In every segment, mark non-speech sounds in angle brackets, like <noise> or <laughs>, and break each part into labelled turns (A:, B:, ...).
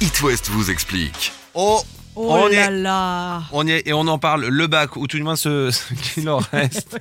A: It West vous explique.
B: Oh,
C: Oh
B: On
C: là
B: est-
C: là
B: on y est et on en parle, le bac, ou tout du moins ce, ce qu'il en <laughs> reste.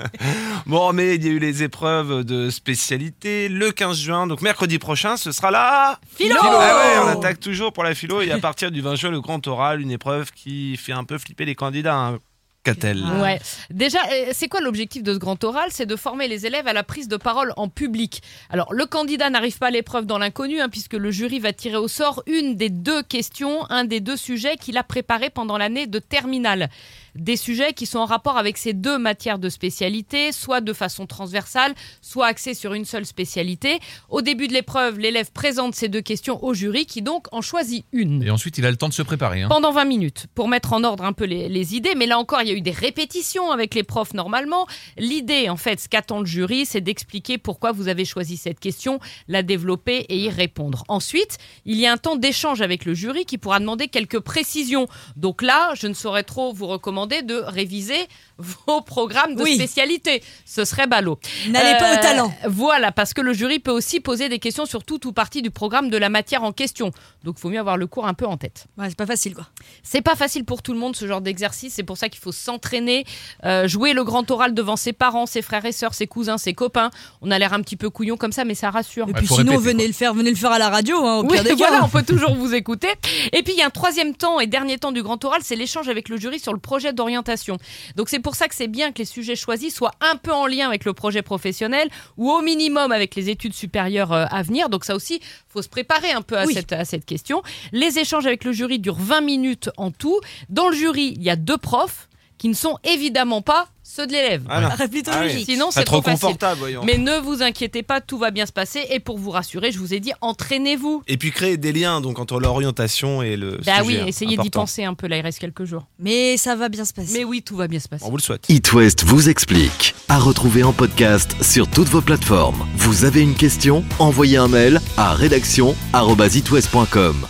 B: bon, mais il y a eu les épreuves de spécialité le 15 juin, donc mercredi prochain, ce sera là.
C: Philo
B: Ah ouais, on attaque toujours pour la philo et à partir du 20 juin, le grand oral, une épreuve qui fait un peu flipper les candidats. hein. Qu'a-t-elle
C: Ah.
D: Ouais. Déjà, euh, c'est quoi l'objectif de ce grand oral C'est de former les élèves à la prise de parole en public. Alors, le candidat n'arrive pas à l'épreuve dans l'inconnu, hein, puisque le jury va tirer au sort une des deux questions, un des deux sujets qu'il a préparé pendant l'année de terminale. Des sujets qui sont en rapport avec ces deux matières de spécialité, soit de façon transversale, soit axés sur une seule spécialité. Au début de l'épreuve, l'élève présente ces deux questions au jury, qui donc en choisit une.
E: Et ensuite, il a le temps de se préparer. hein.
D: Pendant 20 minutes, pour mettre en ordre un peu les, les idées. Mais là encore, il y a eu des répétitions avec les profs normalement. L'idée, en fait, ce qu'attend le jury, c'est d'expliquer pourquoi vous avez choisi cette question, la développer et y répondre. Ensuite, il y a un temps d'échange avec le jury qui pourra demander quelques précisions. Donc là, je ne saurais trop vous recommander de réviser <laughs> vos programmes de
C: Oui.
D: spécialité. Ce serait ballot.
C: N'allez pas
D: Euh,
C: au talent
D: Voilà, parce que le jury peut aussi poser des questions sur toute ou partie du programme de la matière en question. Donc, il faut mieux avoir le cours un peu en tête.
C: Ouais, C'est pas facile quoi.
D: C'est pas facile pour tout le monde ce genre d'exercice, c'est pour ça qu'il faut s'entraîner, euh, jouer le grand oral devant ses parents, ses frères et sœurs, ses cousins, ses copains. On a l'air un petit peu couillon comme ça, mais ça rassure.
C: Et
E: Ouais,
C: puis
E: faut
C: sinon,
E: répéter,
C: venez,
E: quoi.
C: le faire, venez le faire à la radio, hein, au
D: Oui,
C: pire des cas.
D: voilà, on peut toujours vous écouter. Et puis il y a un troisième temps et dernier temps du grand oral, c'est l'échange avec le jury sur le projet d'orientation. Donc c'est pour ça que c'est bien que les sujets choisis soient un peu en lien avec le projet professionnel ou au minimum avec les études supérieures euh, à venir. Donc ça aussi, faut se préparer un peu à,
C: Oui.
D: cette, à cette question. Les échanges avec le jury durent 20 minutes en tout. Dans le jury, il y a deux profs qui ne sont évidemment pas ceux de l'élève.
B: Ah non,
C: Rêve plutôt
B: Ah oui.
C: logique.
D: Sinon,
B: pas
D: c'est
B: trop
D: trop, facile.
B: confortable, voyons.
D: Mais ne vous inquiétez pas, tout va bien se passer. Et pour vous rassurer, je vous ai dit, entraînez-vous.
B: Et puis créer des liens donc entre l'orientation et le
D: Bah
B: sujet.
D: oui,
B: hein,
D: essayez d'y
B: important.
D: penser un peu, là il reste quelques jours.
C: Mais ça va bien se passer.
D: Mais oui, tout va bien se passer.
B: On vous le souhaite.
A: It West vous explique. À retrouver en podcast sur toutes vos plateformes. Vous avez une question Envoyez un mail à rédaction@itwest.com.